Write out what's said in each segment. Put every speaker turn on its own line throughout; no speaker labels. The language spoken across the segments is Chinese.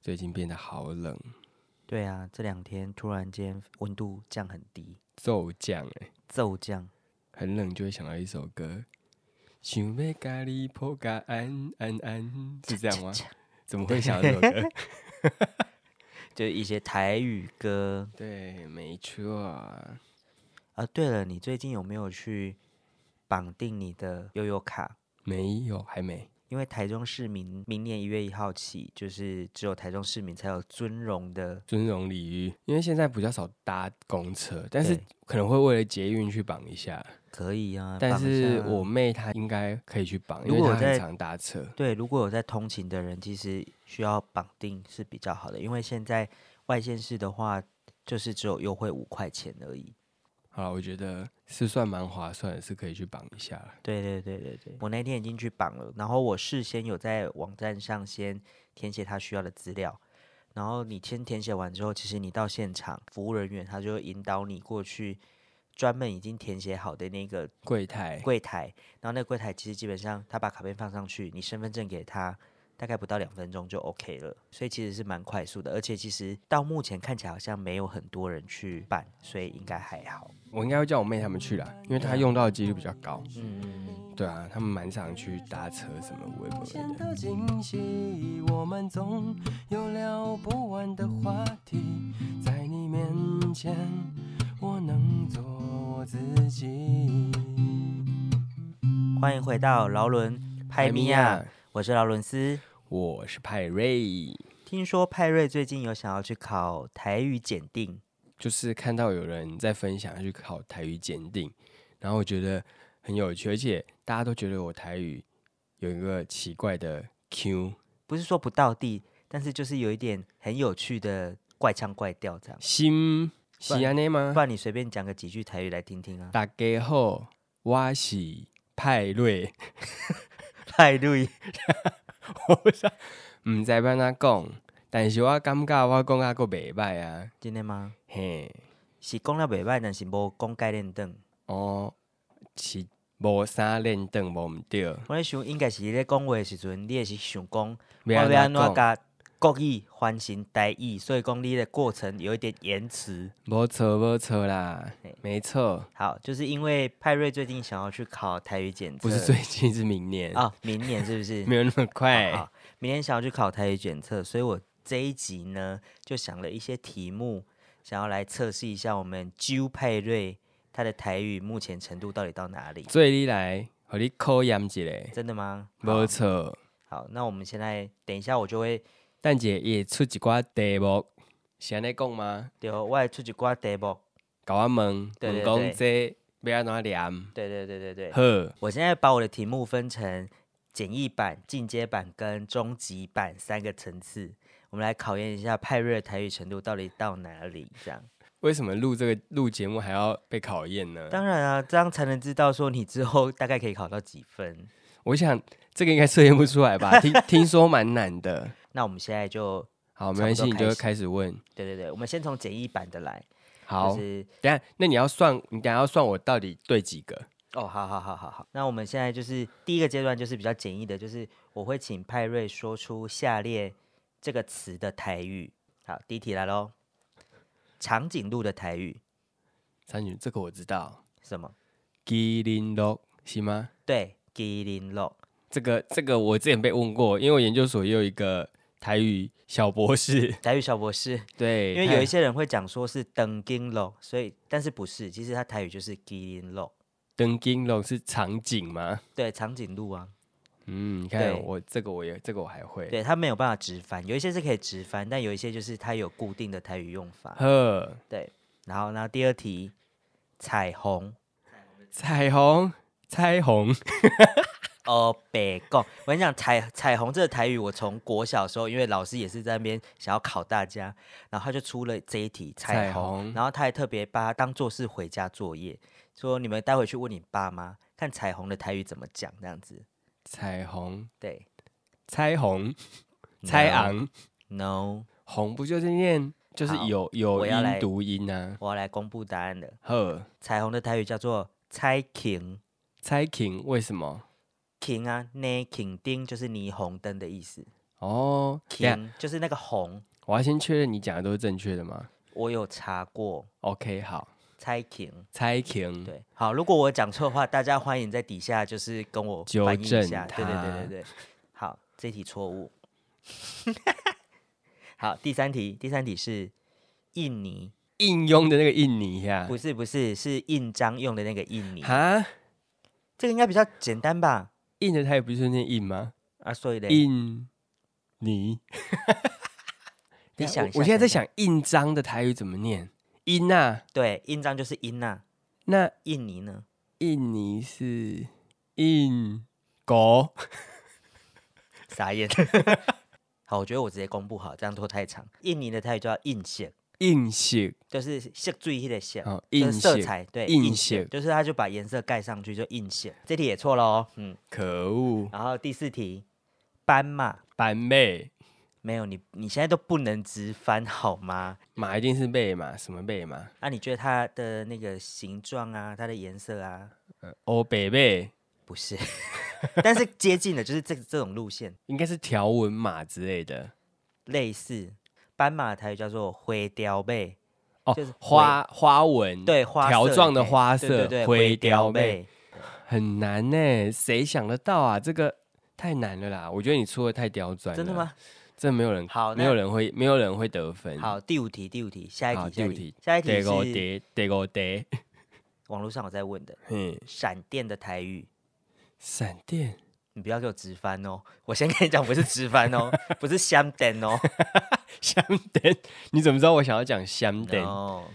最近变得好冷，
对啊，这两天突然间温度降很低，
骤降哎、
骤降。
很冷就会想到一首歌，想要咖喱破咖安安安，是这样吗？怎么会想到这首歌？
就一些台语歌
对，没错，
啊。对了，你最近有没有去绑定你的悠悠卡？
没有，还没。
因为台中市民明年一月一号起，就是只有台中市民才有尊荣的，
尊荣鲤鱼，因为现在比较少搭公车，但是
对
可能会为了捷运去绑一下。
可以啊。
但
绑一
是
下啊
我妹她应该可以去绑，因
如
为
果
她
在
很常搭车。
对，如果有在通勤的人，其实需要绑定是比较好的，因为现在外县市的话，就是只有优惠五块钱而已。
好了，我觉得是算蛮划算的，是可以去绑一下啦。
对对对对对，我那天已经去绑了，然后我事先有在网站上先填写他需要的资料，然后你先填写完之后，其实你到现场，服务人员他就会引导你过去专门已经填写好的那个
柜台
柜台，然后那个柜台其实基本上他把卡片放上去，你身份证给他，大概不到两分钟就 OK 了，所以其实是蛮快速的，而且其实到目前看起来好像没有很多人去办，所以应该还好。
我应该会叫我妹他们去啦，因为她用到的几率比较高。
嗯嗯嗯，
对啊，他们蛮常去搭车什么微博
想
的。
到惊喜，我们总有聊不完的话题，在你面前，我能做我自己。
欢迎回到劳伦派米亚。，我是劳伦斯。
我是派瑞。
听说派瑞最近有想要去考台语检定，
就是看到有人在分享去考台语检定，然后我觉得很有趣，而且大家都觉得我台语有一个奇怪的 Q
不是说不到地，但是就是有一点很有趣的怪腔怪调这样。
心
不然
西安内吗
不？然你随便讲个几句台语来听 听啊。
大家好，我是派瑞，
派瑞，
唔知安怎讲，但是我感觉我讲啊个袂歹啊，
真的吗？
嘿，
是讲了袂歹，但是无讲概念等。
哦，是无啥认同无毋对，
我咧想，应该是你咧讲话的时阵，你也是想讲，我
要
哦要安
怎
怎
讲？
甲国语翻成台语，所以讲你的过程有一点延迟。
无错无错啦
嘿，
没错，
好，就是因为派瑞最近想要去考台语检测，
不是最近是明年
啊、明年是不是？
没有那么快。
好，啊明天想要去考台语检测，所以我这一集呢就想了一些题目，想要来测试一下我们啾派瑞他的台语目前程度到底到哪里。
做你来，互你考验一下，
真的吗？
无错。
好，那我们现在等一下，我就会
蛋姐也出一寡题目，是安尼讲吗？
丢外出去挂题目。
甲我问，
对
问
对
讲这要安怎念？
对对对对对，
好，
我现在把我的题目分成简易版、进阶版跟终极版三个层次，我们来考验一下派瑞的台语程度到底到哪里，这样。
为什么录这个录节目还要被考验呢？
当然啊，这样才能知道说你之后大概可以考到几分。
我想这个应该测验不出来吧？ 听听说蛮难的。
那我们现在就，
好，没关系，
差
你
不多
就开始问。
对对对，我们先从简易版的来，
好，
就是
等一下，那你要算，你等一下要算我到底对几个？
哦，好好好好好。那我们现在就是第一个阶段，就是比较简易的，就是我会请派瑞说出下列这个词的台语。好，第一题来喽，长颈鹿的台语
三女，这个我知道，
什么？
麒麟鹿是吗？
对，麒麟鹿。
这个这个我之前被问过，因为我研究所也有一个台语小博士，
台语小博士，
对，
因为
他
有一些人会讲说是登金鹿，所以但是不是，其实它台语就是麒麟鹿，
登金龙是场景嘛，
对，长颈鹿啊，
嗯，你看
对
我这个我也这个我还会，
对，它没有办法直翻，有一些是可以直翻，但有一些就是它有固定的台语用法。
呵，
对，然后那第二题，彩虹
彩虹，彩虹，
哦，北贡，我跟你讲，彩彩虹这个台语，我从国小的时候，因为老师也是在那边想要考大家，然后他就出了这一题彩
彩
虹，
虹
然后他还特别把它当做是回家作业，说你们待会去问你爸妈，看彩虹的台语怎么讲，这样子。
彩虹，
对
彩虹，
啊
彩虹，
，No，
红不就是念就是
好
有有
我要来
音读音啊，
我要来公布答案了。
呵，
彩虹的台语叫做彩晴，
彩虹为什么？
晴啊，那晴丁就是霓虹灯的意思。
哦，对呀，
停就是那个红，
我要先确认你讲的都是正确的吗
我有查过
？OK，好，
猜停。
猜情，
对，好，如果我讲错的话，大家欢迎在底下就是跟我
纠
反映一
正
下。对对对
它
对对，好，这题错误。 好，第三题，第三题是印尼，
应用的那个印尼呀
不，是不是，是印章用的那个印尼。
啊哈，
这个应该比较简单吧？
印的它也不是念印吗？
啊，所以嘞，
印尼，
你
等下
想一
我我
下
现在在
想
想印章的台语怎么念？印呐，
对，印章就是印呐、
那
印尼呢？
印尼是印国，
傻眼。 好，我觉得我直接公布好，这样拖太长。印尼的泰语叫印显，
印色，
就是色最黑的显，
哦，
就
印
是色
色，
彩对
印
印
显
显，就是它就把颜色盖上去就印显。这题也错了哦，嗯。
可恶，
然后第四题，斑马
板妹。
没有你，你现在都不能直翻好吗？
马一定是贝嘛？什么贝嘛？
那、你觉得它的那个形状啊，它的颜色啊，
哦，北贝
不是， 但是接近的，就是这这种路线
应该是条纹马之类的
类似。斑马的台语叫做灰雕背，
哦
就是，
花花纹
对花
条
色
状的
嘿
花
对对
色
对
灰
灰雕
雕贝
背。
很难呢，谁想得到啊？这个太难了啦！我觉得你出的太刁钻了，
真的？吗？
这没有人
好
没
那
有人会，没有人会得分。
好，第五题，第五题，下一
好，
题，
第
下
五
一
题
题，，下一
第
题
五
是
题，第五 题，
网络上我在问的
嗯，
闪电的台语，
闪电
你不要给我直翻哦！我先跟你讲，不是直翻哦，不是香灯哦。
香灯，你怎么知道我想要讲香灯？
哦，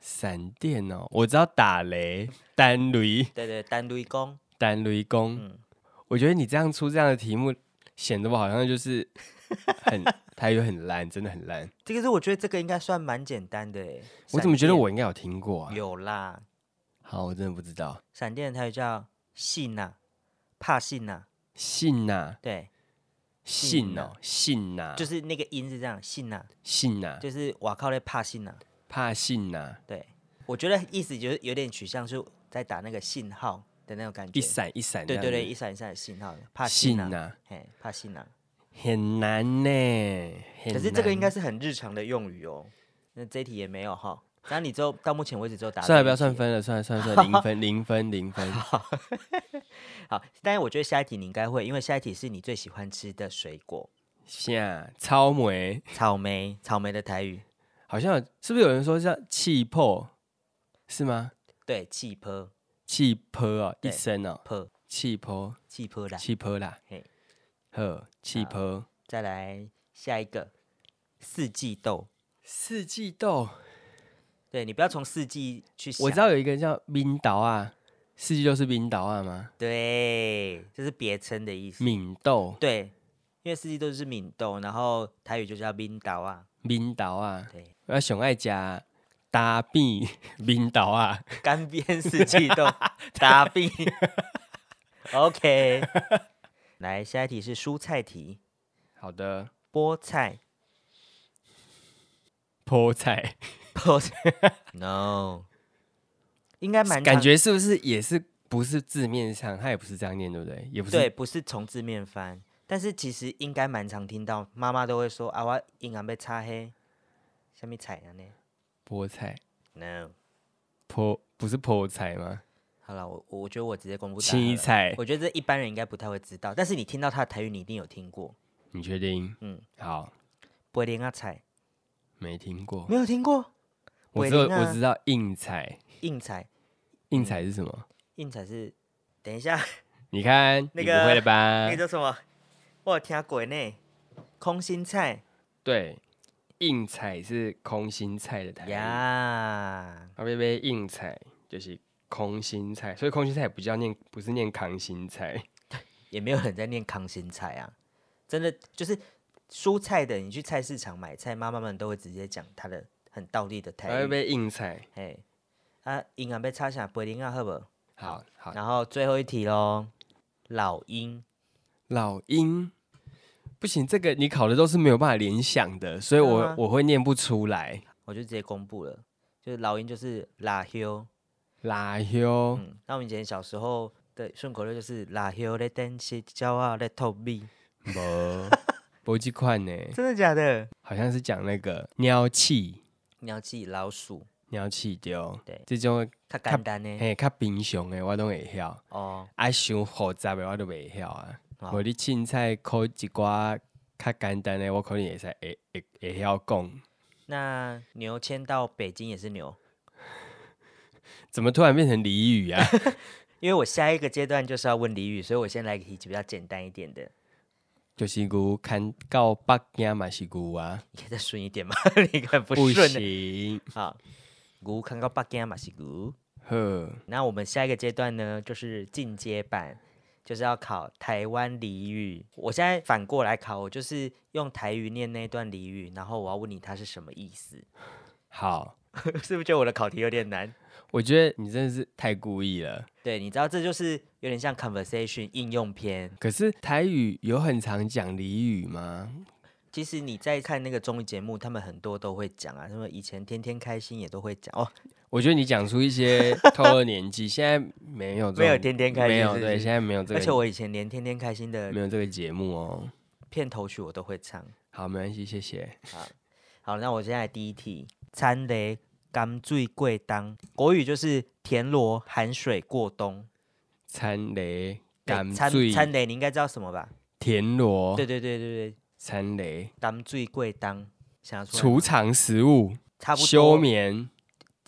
闪电哦，我知道打雷、单雷、
对对，单对公，
单雷公。
嗯，
我觉得你这样出这样的题目，显得我好像就是 很台语很烂，真的很烂。
这个是我觉得这个应该算蛮简单的耶。
我怎么
闪
觉得
电
我应该有听过啊？
有啦？
好，我真的不知道。
闪电的台语叫信呐，怕信呐，
信呐、
对，
信
信
哦
啊，
信呐、
就是那个音是这样，信呐，
信呐、
就是我靠嘞怕信呐，
怕信呐、
对，我觉得意思就是有点取向，是在打那个信号的那种感觉，
一闪一闪这
对
样
对
子，
对，一闪一闪的信号，怕
信
信
呐、
啊，嘿，怕信啊。
很难呢、很
可是这个应
难
该是很日常的用语哦。那这一题也没有哈，那你之后到目前为止只有答
算了，
对
不要
一
算
题。
分了，算了算了算了，零 分零分零分。
好，但是我觉得下一题你应该会，因为下一题是你最喜欢吃的水果
下超美，
——草莓。草莓的台语
好像有是不是有人说叫气泡，是吗？
对，气泡
气泡哦，一
对
声哦，
泡
气泡。
气泡啦。
气泡啦
嘿，
呵，气
好
泡，
再来下一个四季豆。
四季豆，
对你不要从四季去想，
我知道有一个叫冰岛啊，四季豆是冰岛啊吗？
对，这是别称的意思。
敏豆，
对，因为四季豆是敏豆，然后台语就叫冰岛啊。
冰岛啊，
对，
我熊爱加搭饼 冰岛啊，
干煸四季豆打病。OK，来下一题是蔬菜题，
好的，
菠菜，
菠菜，
菠菜，No，应该蛮
感
常
觉是不是也是不是字面上，它也不是这样念，对不对？也不
对，
是，
不是从字面翻，但是其实应该蛮常听到，妈妈都会说啊，我应该被擦黑，下面菜啊呢
菠菜，
，No，
菠不是菠菜吗？
好了，我我觉得我直接公布答案
青
好了，
菜，
我觉得这一般人应该不太会知道，但是你听到他的台语，你一定有听过，
你确定？
嗯，
好，
波林啊菜
没听过
没，有听过，
我
尾
知道
林
我
啊
知道硬菜，
硬菜。
硬菜是什么？
硬彩是，等一下，
你看，
那
你不会
个
了吧？
那个叫什么？我有听过呢，空心菜
对，硬菜是空心菜的台语，啊，
呀。
贝贝硬菜就是空心菜，所以空心菜不叫念，不是念康心菜。
也没有人在念康心菜啊，真的就是蔬菜的，你去菜市场买菜，妈妈们都会直接讲它的很道地的台
贝
语。
贝硬菜，
嘿，啊，银行被插下柏林啊，好不好？
好好，
然后最后一题喽，老鹰
老鹰不行，这个你考的都是没有办法联想的，所以
真的
我
吗
我会念不出来。
我就直接公布了，就是老鹰就是拉休。
拉休，
嗯，那我们以前小时候的顺口溜就是拉休咧等西鸟啊咧透米。
无搏击款呢，
真的假的？
好像是讲那个鸟气，
鸟记老鼠，
鸟气丢，
对
这种
它简单呢。
嘿较平常诶，我拢会晓，
哦，
啊，伤复杂诶，我都袂晓啊。
好
无你凊彩考一寡较简单诶，我可能会使会会会晓讲。
那牛迁到北京也是牛，
怎么突然变成俚语 啊？
因为我下一个阶段就是要问俚语，所以我先来个题比较简单一点的。
就是牛看到北京嘛是牛啊，
你可以再顺一点吗？ 你很不
不
顺的。
行。
好，牛看到北京嘛是牛。
好，
那我们下一个阶段呢，就是进阶版，就是要考台湾俚语。我现在反过来考，我就是用台语念那一段俚语，然后我要问你它是什么意思，
好，
是不是觉得我的考题有点难？
我觉得你真的是太故意了。
对，你知道这就是有点像 conversation 应用篇。
可是台语有很常讲俚语吗？
其实你在看那个综艺节目，他们很多都会讲啊，什么以前天天开心也都会讲哦，
我觉得你讲出一些透露年纪，现在没有这种
没有天天开心
没有
是不
对，
是
现在没有这
而且
个，
我以前连天天开心的
没有这个节目哦。
片头曲我都会唱。
好，没关系，谢谢。
好，那我现在第一题，餐雷甘最贵当，国语就是田螺含水过冬。
餐雷
对
甘
餐
醉
餐雷你应该知道什么吧？
田螺
对，对对对对，
餐雷
甘最贵当，想得出来
储
吗
藏食物，
差不多
休眠。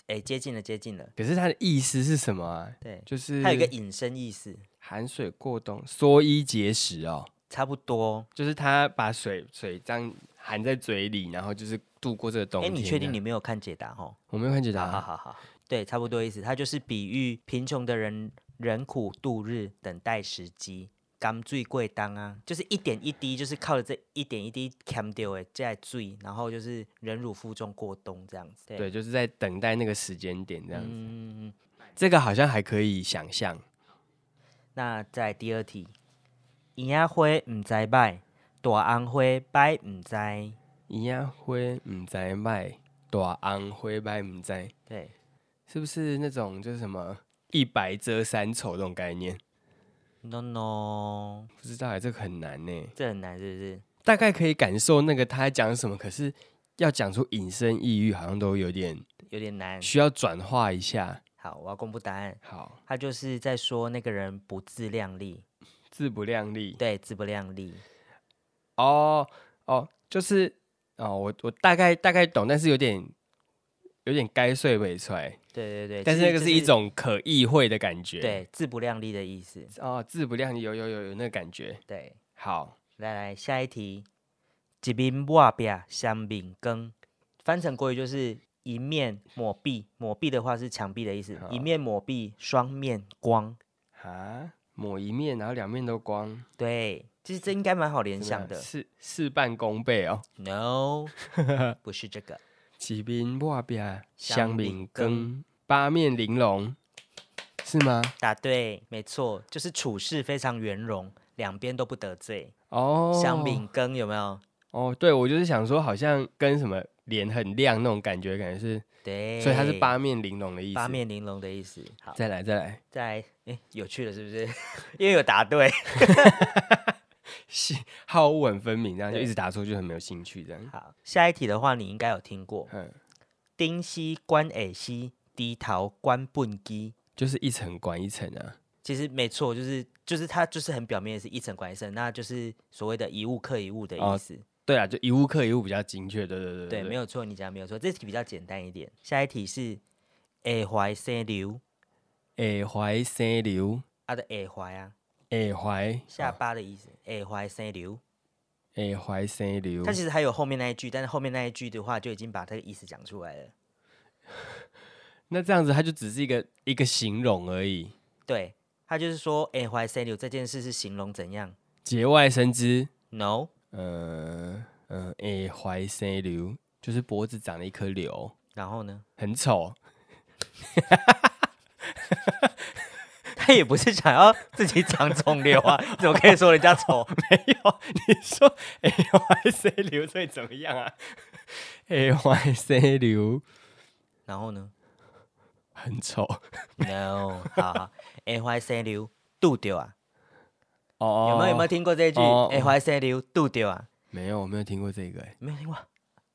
哎、接近了接近了，
可是它的意思是什么啊？
对，
就是
它有一个引申意思，
含水过冬，缩衣节食哦，
差不多。
就是它把水水这样含在嘴里，然后就是度过这个冬
哎、
天。
你确定你？没有看解答哦？
我没有看啊解
好好
答。
好好，对，差不多意思，它就是比喻贫穷的人忍苦度日，等待时机。甘最贵当啊，就是一点一滴，就是靠着这一点一滴 cam 掉诶，这样醉，然后就是忍辱负重过冬这样子。对，
对，就是在等待那个时间点这样子。
嗯，
这个好像还可以想象。
那在第二题，银仔花唔知歹，大红花歹唔知。
一样灰唔知卖，大红灰卖唔知，
对，
是不是那种就是什么一白遮三丑这种概念？
no no，
不知道哎，这个很难呢。
这很难是不是？
大概可以感受那个他在讲什么，可是要讲出隐身抑郁，好像都有点
有点难。
需要转化一下。
好，我要公布答案，
好，
他就是在说那个人不自量力。
自不量力。
对，自不量力。
哦哦，就是哦，我我大概大概懂，但是有点有点该睡未出来，
对对对，
但
其
是那
实
个
就是
一种可意会的感觉。。
对自不量力的意思。
哦，自不量力，有有有有那个感觉。
对，
好，
来来，下一题，一面抹壁相面光，翻成国语就是一面抹壁，抹壁的话是墙壁的意思，一
好
面抹壁，双面光。
啊，抹一面，然后两面都光，
对，其实这应该蛮好联
怎么
想
样
的。
啊事事半功倍哦。
No，不是这个，
骑兵破壁，香
香
饼
饼
羹，八面玲珑，是吗？
答对，没错，就是处事非常圆融，两边都不得罪。
哦，
相饼羹有没有？
哦，对，我就是想说，好像跟什么脸很亮那种感觉，感觉是，
对，
所以它是哎八面玲珑的意思。
八，面玲珑的意思。好，
再来再来，
再来，哎，有趣了是不是？ 因为有答对。
是好恶很分明，这样就
对
一直打错就很没有兴趣这样。
好，下一题的话，你应该有听过
嗯，
“丁西关矮西，低头关笨鸡
就是一层管一层啊。”。
其实没错，就是就是它就是很表面的是一层关一层，那就是所谓的一物克一物的
哦
意思。
对啊，就一物克一物比较精确，对对对
对，没有错，你讲没有错。这题比较简单一点。下一题是“下怀生瘤
耳怀生瘤，”，
它的“下怀”啊，
耳怀
下巴的意思，“下怀生瘤
耳怀生”。瘤
它，其实还有后面那一句，但是后面那一句的话就已经把这个意思讲出来了。
那这样子它就只是一个一个形容而已。
对，他就是说“下怀生瘤”这件事是形容怎样
节外生枝，
？No，
呃呃，耳怀生瘤就是脖子长了一颗瘤，
然后呢？
很丑。
他也不是想要自己长肿瘤啊，怎么可以说人家丑？
没有，你说耳怀生瘤会怎么样啊？耳怀生瘤
然后呢
很丑。
？No，好好，下怀生瘤，杜掉啊！
哦
有没有有没有听过这一句？哎
哦
下怀生瘤，杜掉啊！
没有，我没有听过这个、欸。
没有听过，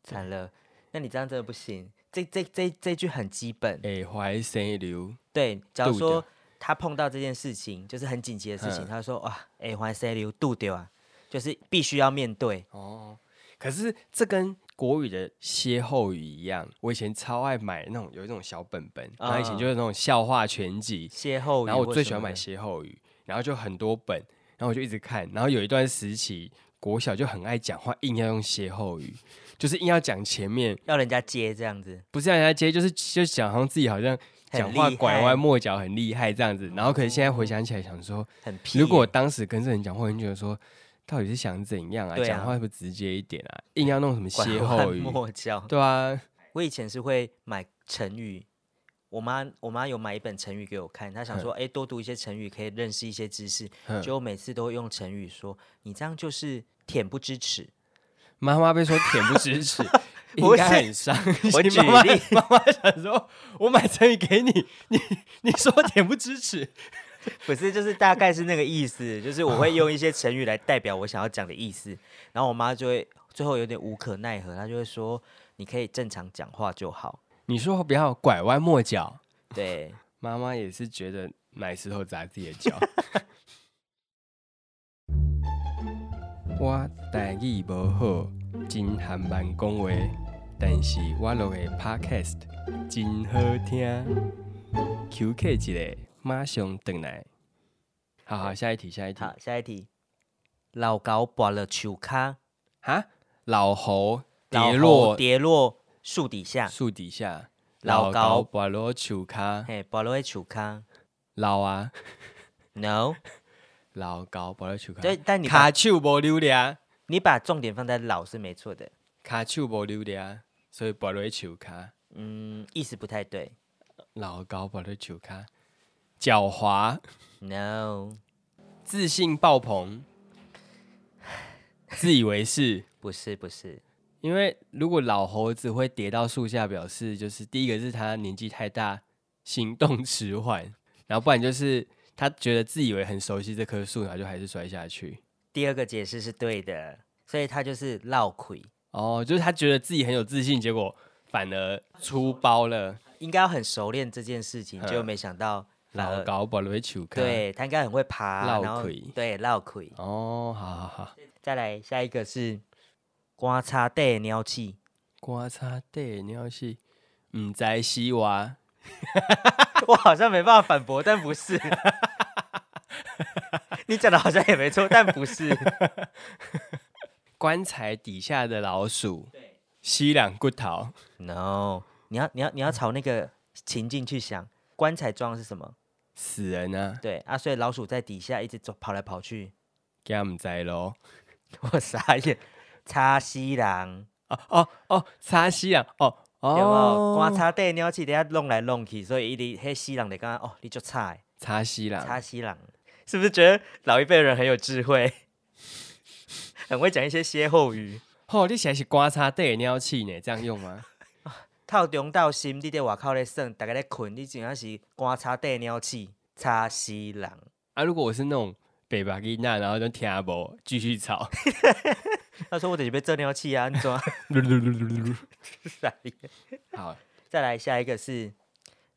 惨了。那你这样真的不行，这这这这句很基本。
哎、怀生流，
对，假如
度
说
掉
他碰到这件事情，就是很紧急的事情，
嗯
他就说哇，哎、还谁流度丢啊，就是必须要面对。
哦，可是这跟国语的歇后语一样，我以前超爱买那种有一种小本本，然后以前
嗯
就是那种笑话全集，
歇后语，
然后我最喜欢买歇后语，然后就很多本，然后我就一直看，然后有一段时期国小就很爱讲话，硬要用歇后语，就是硬要讲前面，
要人家接这样子，
不是让人家接，就是就讲好像自己好像
很
讲话
厉
拐
害
弯抹角很厉害这样子，然后可能现在回想起来想说，
很屁耶。
如果我当时跟这人讲话，我就觉得说。到底是想怎样啊？
对啊
讲、话是不是直接一点啊？硬要弄什么
拐
歇
弯
后语？
抹角，
对啊，
我以前是会买成语，我妈我妈有买一本成语给我看，她想说，哎、多读一些成语可以认识一些知识，
嗯
结果每次都会用成语说，你这样就是恬不知耻。
妈妈被说恬不知 耻，应
不
该
是
很伤心。
我举
妈妈
例
妈妈想说，我买成语给你， 你你说恬不知耻，
不是，就是大概是那个意思， 就是我会用一些成语来代表我想要讲的意思，然后我妈就会最后有点无可奈何，她就会说，你可以正常讲话就好。
你说不要拐弯抹角。
对，
妈妈也是觉得买石头砸自己的脚。 我台语无好，真含慢讲话，但是我录的 podcast 真好听。休克一下，马上回来。好好，下一题，下一题。
好，下一题，老高拔了球卡，
哈，老猴
老
跌
猴
落
跌落树底下，
树底下，
老
高
高
拔落树卡，
嘿，拔落球卡
老啊，
，no。
老高拔落树卡。
对，但你把
卡手无溜俩，
你把重点放在老是没错的，
卡手无溜俩，所以拔落树卡，
嗯，意思不太对。
老高拔落树卡，狡猾，
No，
自信爆棚，自以为是。
不是不是，
因为如果老猴子会跌到树下，表示就是第一个是他年纪太大，行动迟缓，然后不然就是他觉得自以为很熟悉这棵树，然后就还是摔下去。
第二个解释是对的，所以它就是落魁，
哦，就是他觉得自己很有自信，结果反而出包了，
应该要很熟练这件事情，结果没想到反
老
而
搞保罗球看。，
对他应该很会爬啊，
落
然后
魁
对落魁。
哦，好好好，
再来下一个是刮擦带的鸟气，
刮擦地鸟是唔知西娃，
我好像没办法反驳，但不是。 你讲的好像也没错，但不是。
棺材底下的老鼠，西两骨头，
No，你要你要你要朝那个情境去想，棺材装的是什么？
死人啊，
对啊，所以老鼠在底下一直走跑来跑去，
给他们知咯。
我傻眼。叉西狼，
哦哦哦，擦西啊，哦
对不？
哦，
刮擦带鸟气，等下弄来弄去，所以一直黑西狼的刚刚哦，你就差
擦西
叉
啦，
西狼，是不是觉得老一辈人很有智慧， 很会讲一些歇后语？
哦，你写是刮擦地的尿气呢，这样用吗？
透中到心，你在外口咧耍，大家咧困，你真正是刮擦带鸟气，叉西狼。
啊，如果我是那种北巴吉娜，然后就听不继续 吵，
他说我就是被这鸟气啊，你怎么傻眼？
好，
再来下一个是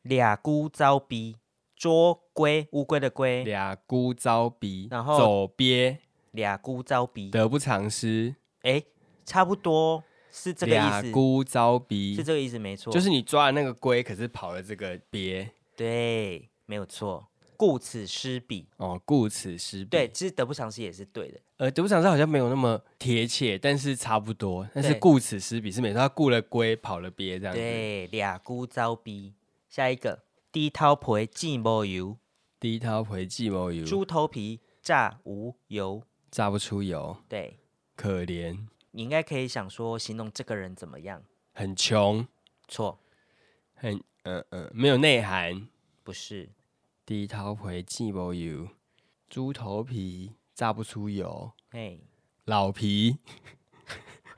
俩姑招逼捉龟，乌龟的龟，
俩孤招鼻，
然后
走鳖，
俩姑招逼，
得不偿失，
哎，差不多是这个
俩
意思，
孤招
是
鼻，
这个意思没错，
就是你抓了那个龟，可是跑了这个鳖，
对，没有错。顾此失彼，
哦，顾此失彼。
对，，其实得不偿失也是对的，
呃，得不偿失好像没有那么贴切，但是差不多。但是
对
顾此失彼是每次他顾了龟，跑了鳖这样子。
对，俩姑招逼。下一个低头皮浸无油，
低头回计谋油，
猪头皮炸无油，
榨不出油，
对。
可怜，
你应该可以想说形容这个人怎么样？
很穷，
错，
很呃呃，没有内涵。
不是，
低头回计谋油，猪头皮榨不出油，
哎，
老皮，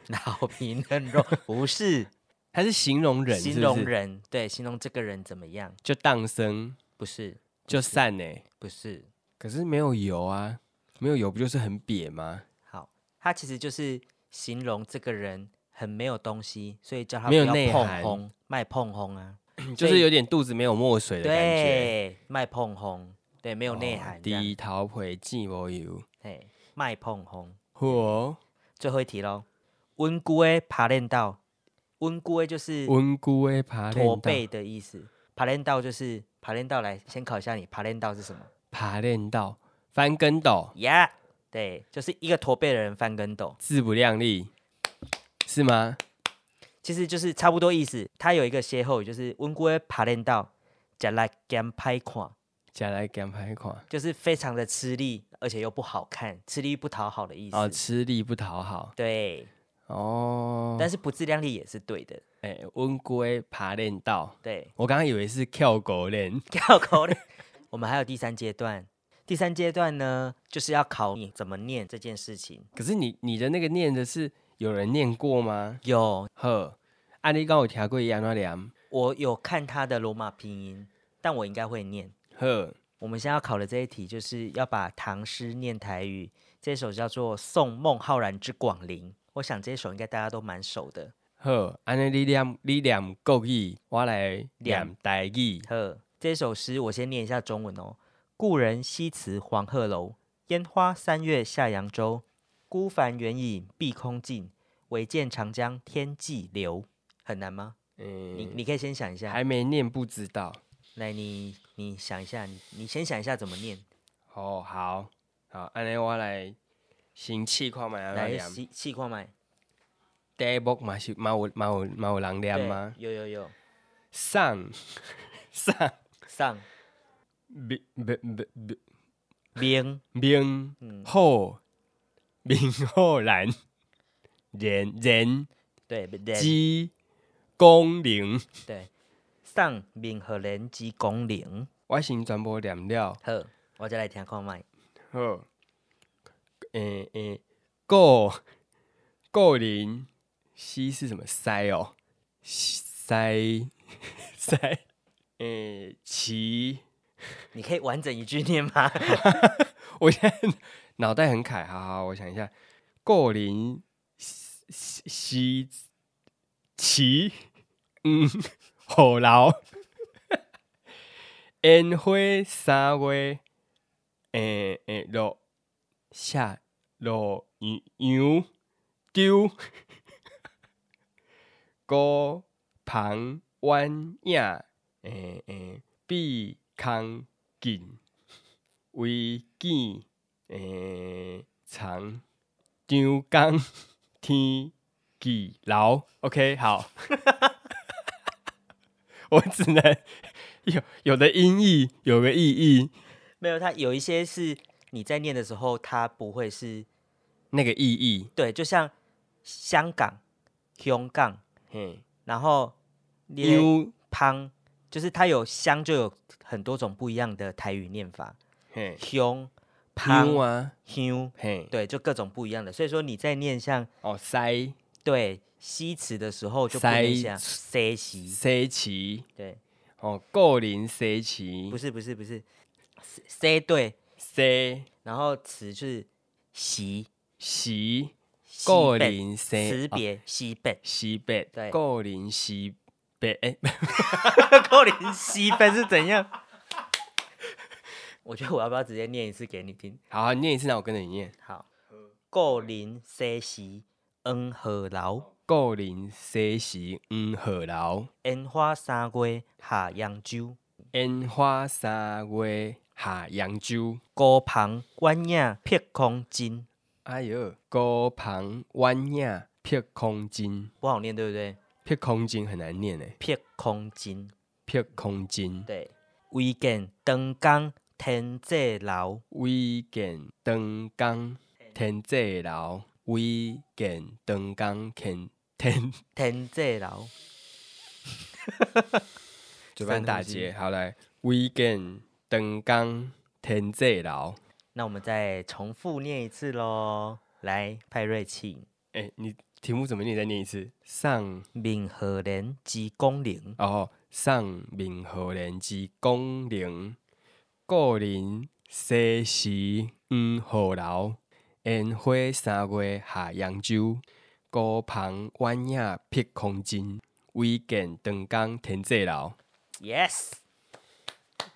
老皮嫩肉，不是，
它是形容 人是不
形
是，
容人，对，形容这个人怎么样？
就荡生
不是，
就散欸呢、
不是，
可是没有油啊，没有油不就是很瘪吗？
好，它其实就是形容这个人很没有东西，所以叫他
没有
不要
内
碰
涵
轰，卖碰轰啊，
就是有点肚子没有墨水的感觉，
对，卖碰轰，对，没有内
哦
涵这样，
低头皮见无油。
嘿，卖碰轰。
嚯，
最后一题喽，温姑的爬练道，温姑的就是
温姑的爬
驼
链道，
背的意思，爬练道就是爬练道。来，先考一下你，爬练道是什么？
爬链道，翻跟斗，
呀、对，就是一个驼背的人翻跟斗，
自不量力，是吗？
其实就是差不多意思。它有一个歇后语，就是温姑的爬练道，加来干拍款，
再来给拍看，
就是非常的吃力，而且又不好看，吃力不讨好的意思。
哦，吃力不讨好
对，
哦。
但是不自量力也是对的。
哎，温姑的爬链道，
对，
我刚刚以为是跳狗链，
绕口令。我们还有第三阶段，第三阶段呢，就是要考你怎么念这件事情。
可是你你的那个念的是有人念过吗？
有，
呵，啊，你刚有听过伊安怎念？
我有看他的罗马拼音，但我应该会念。
呵，
我们现在要考的这一题，就是要把唐诗念台语。这首叫做《送孟浩然之广陵》，我想这首应该大家都蛮熟的。
好，安尼你念你念国语，我来念台语。
呵，这首诗我先念一下中文哦。故人西辞黄鹤楼，烟花三月下扬州。孤帆远影碧空尽，唯见长江天际流。很难吗？你
嗯，
你可以先想一下
还，没念不知道。
来你你想一下，你你先想一下怎么念。
哦，好，好，安尼我来先试看卖安怎
来
念。
细细看麦，
题目嘛是嘛有嘛有嘛有人念
对
吗？
有有有，
送 送
上
明明明明
明
明
嗯
后明后然人人
对不对？
之功能。
对，上明和人之功能。
我先全部念了。
好，我再来听看麦。
好，诶、诶，个个呃人西是什么塞哦？ 塞塞，诶、其
你可以完整一句念吗？
我现在 脑袋很凯，好好，我想一下，个人西西其嗯，好老，烟花三月，诶、诶，落下落羊丢，高旁弯影，诶、诶，碧空尽。为见诶长呃张江天际楼。OK，好， 我只能有有的音译，有个意义，
没有，它有一些是你在念的时候，它不会是
那个意义，
对，就像香港、香港，
嘿，
然后你
丢
胖，就是它有香就有很多种不一样的台语念法，
嘿
香、
丢
胖、
啊，
香，
嘿，
对，就各种不一样的。所以说你在念像
哦塞
对西词的时候，就不
塞
能像塞西，
塞奇，
对，
哦个人塞奇
不，是不是不是塞对，
塞
然后词是习，
西
西
个
北
人塞
辞
哦
别西北。
西北
对，
个人西北，诶。
扣零西分是怎样？我觉得我要不要直接念一次给你听？
好，你念一次，那我跟着你念。
好，扣零西西黄鹤楼，
故人西时黄鹤楼，
烟花三月下扬州。
烟花三月下扬州。
孤旁晚影碧空尽，
哎呦，高旁晚影碧空尽，
不好念对不对？
碧空尽很难念诶，
碧空尽，
碧空尽。
对。唯见长江天际流，
唯见长江天际流，唯见长江天天。
天际流，
嘴巴打结，好来。唯见长江天际流。
那我们再重复念一次喽。来，派瑞庆，
哎、你题目怎么念？你再念一次。上。
明和人之功能。
哦，上明和人之功能，故人西时黄鹤楼，烟花三月下扬州。孤旁弯影辟空间，唯见长江天际流。
Yes，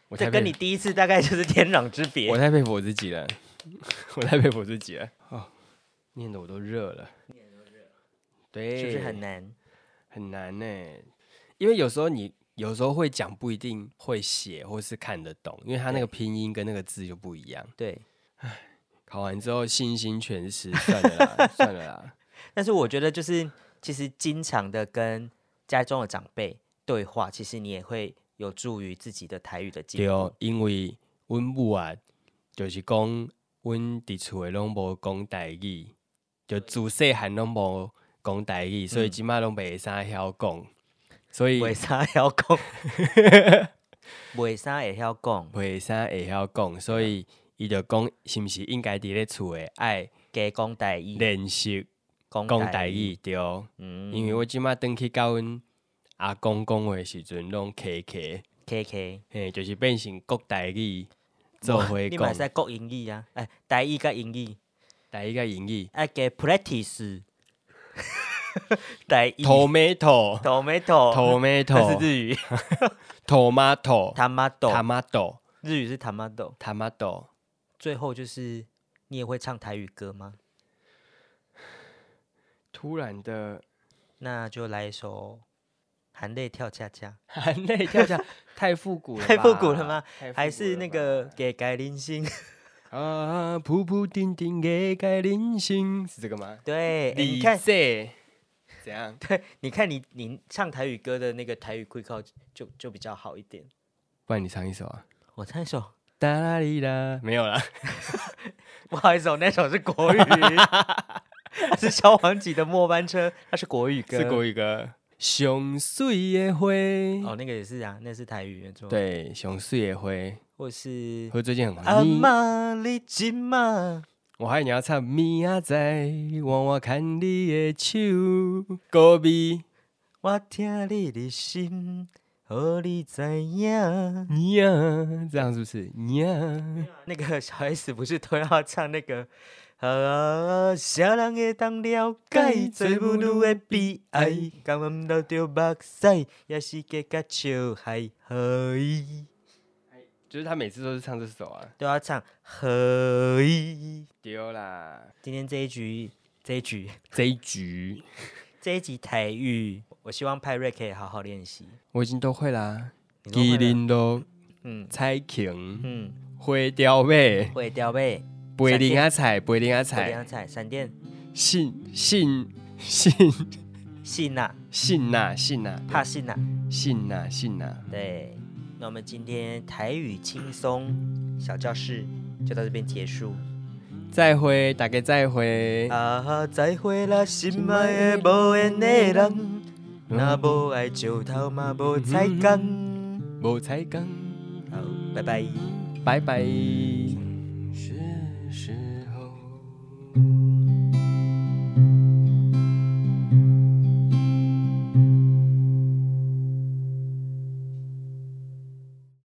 我太
这跟
佩
你第一次大概就是天壤之别
我。太佩服我自己了， 我太佩服我自己了。哦，念的我都热了，对，
是不是很难？
很难呢、因为有时候你有时候会讲不一定会写或是看得懂，因为它那个拼音跟那个字就不一样。
对，
考完之后信心全失，算了 啦，算了啦。
但是我觉得就是其实经常的跟家中的长辈对话，其实你也会有助于自己的台语的进
对哦
步。，
因为阮母啊，就是讲阮伫厝诶拢无讲台语，就自细汉拢无讲台语，所以即摆拢袂啥晓讲，所以
为啥要讲？为啥会晓讲？
袂啥会晓讲，所以伊就讲是毋是应该伫咧厝诶爱
加讲台语，
练习
讲
讲台语，对，
嗯，
因为我即摆转去教阮阿公讲话的时阵拢客客，
K K
嘿，就是变成国台语做伙
你
讲
嘛会使国英语啊，哎，台语甲英语，
台语甲英语
啊，加 practice 台语
，tomato。
tomato 那 是
tomato
日语
tomato
tomato
tomato
日语是 tomato，
tomato
最后就是你也会唱台语歌吗？
突然 的
那就来一首《含泪跳恰恰》，
含泪跳下，太复古了吧，
太复古了吗
太复古了吧
还是那个给改零 星？
啊，普普丁丁的改人生是这个吗？
对，欸你
你
看，
这怎样？
对，你看你你唱台语歌的那个台语 quick call 就就比较好一点。
不然你唱一首啊？
我唱一首，
哒啦哩啦，没有啦，
不好意思，我那首是国 语，是萧煌奇的《末班车》，它是国语歌，
是国语歌。上水的花，
哦，那个也是啊，那是台语原作，，
对，上水的花，
或是
我最近很红。
阿
你
玛丽金玛，
我还你要唱明仔载，我我牵你的手，歌迷
我听你的心，和你知影。
呀，这样是不是呀？
那个小 S 不是都要唱那个？啊，啥人会当了解做母女的悲哀？甘愿流着目屎，也是加甲笑嗨嗨。
就是他每次都是唱这首啊。
都要唱何以。
丢啦，
今天这一局，这一局，
这一局
这一集台语，我希望派瑞可以好好练习。
我已经都会啦。
你都会
吉
了
林路
嗯
彩琼，
嗯，
花雕尾，
会雕背，
白灵啊菜，白灵啊
会两
菜，
彩闪电
信信信
信呐、
信呐信呐
怕信呐、
信呐信呐，
嗯对，那我们今天台语轻松小教室就到这边结束。
再会，大家再会。
啊，再会啦，心爱的无缘的人，若无爱石头嘛无彩工。
无彩工，
好，拜拜。
拜拜。
是时候。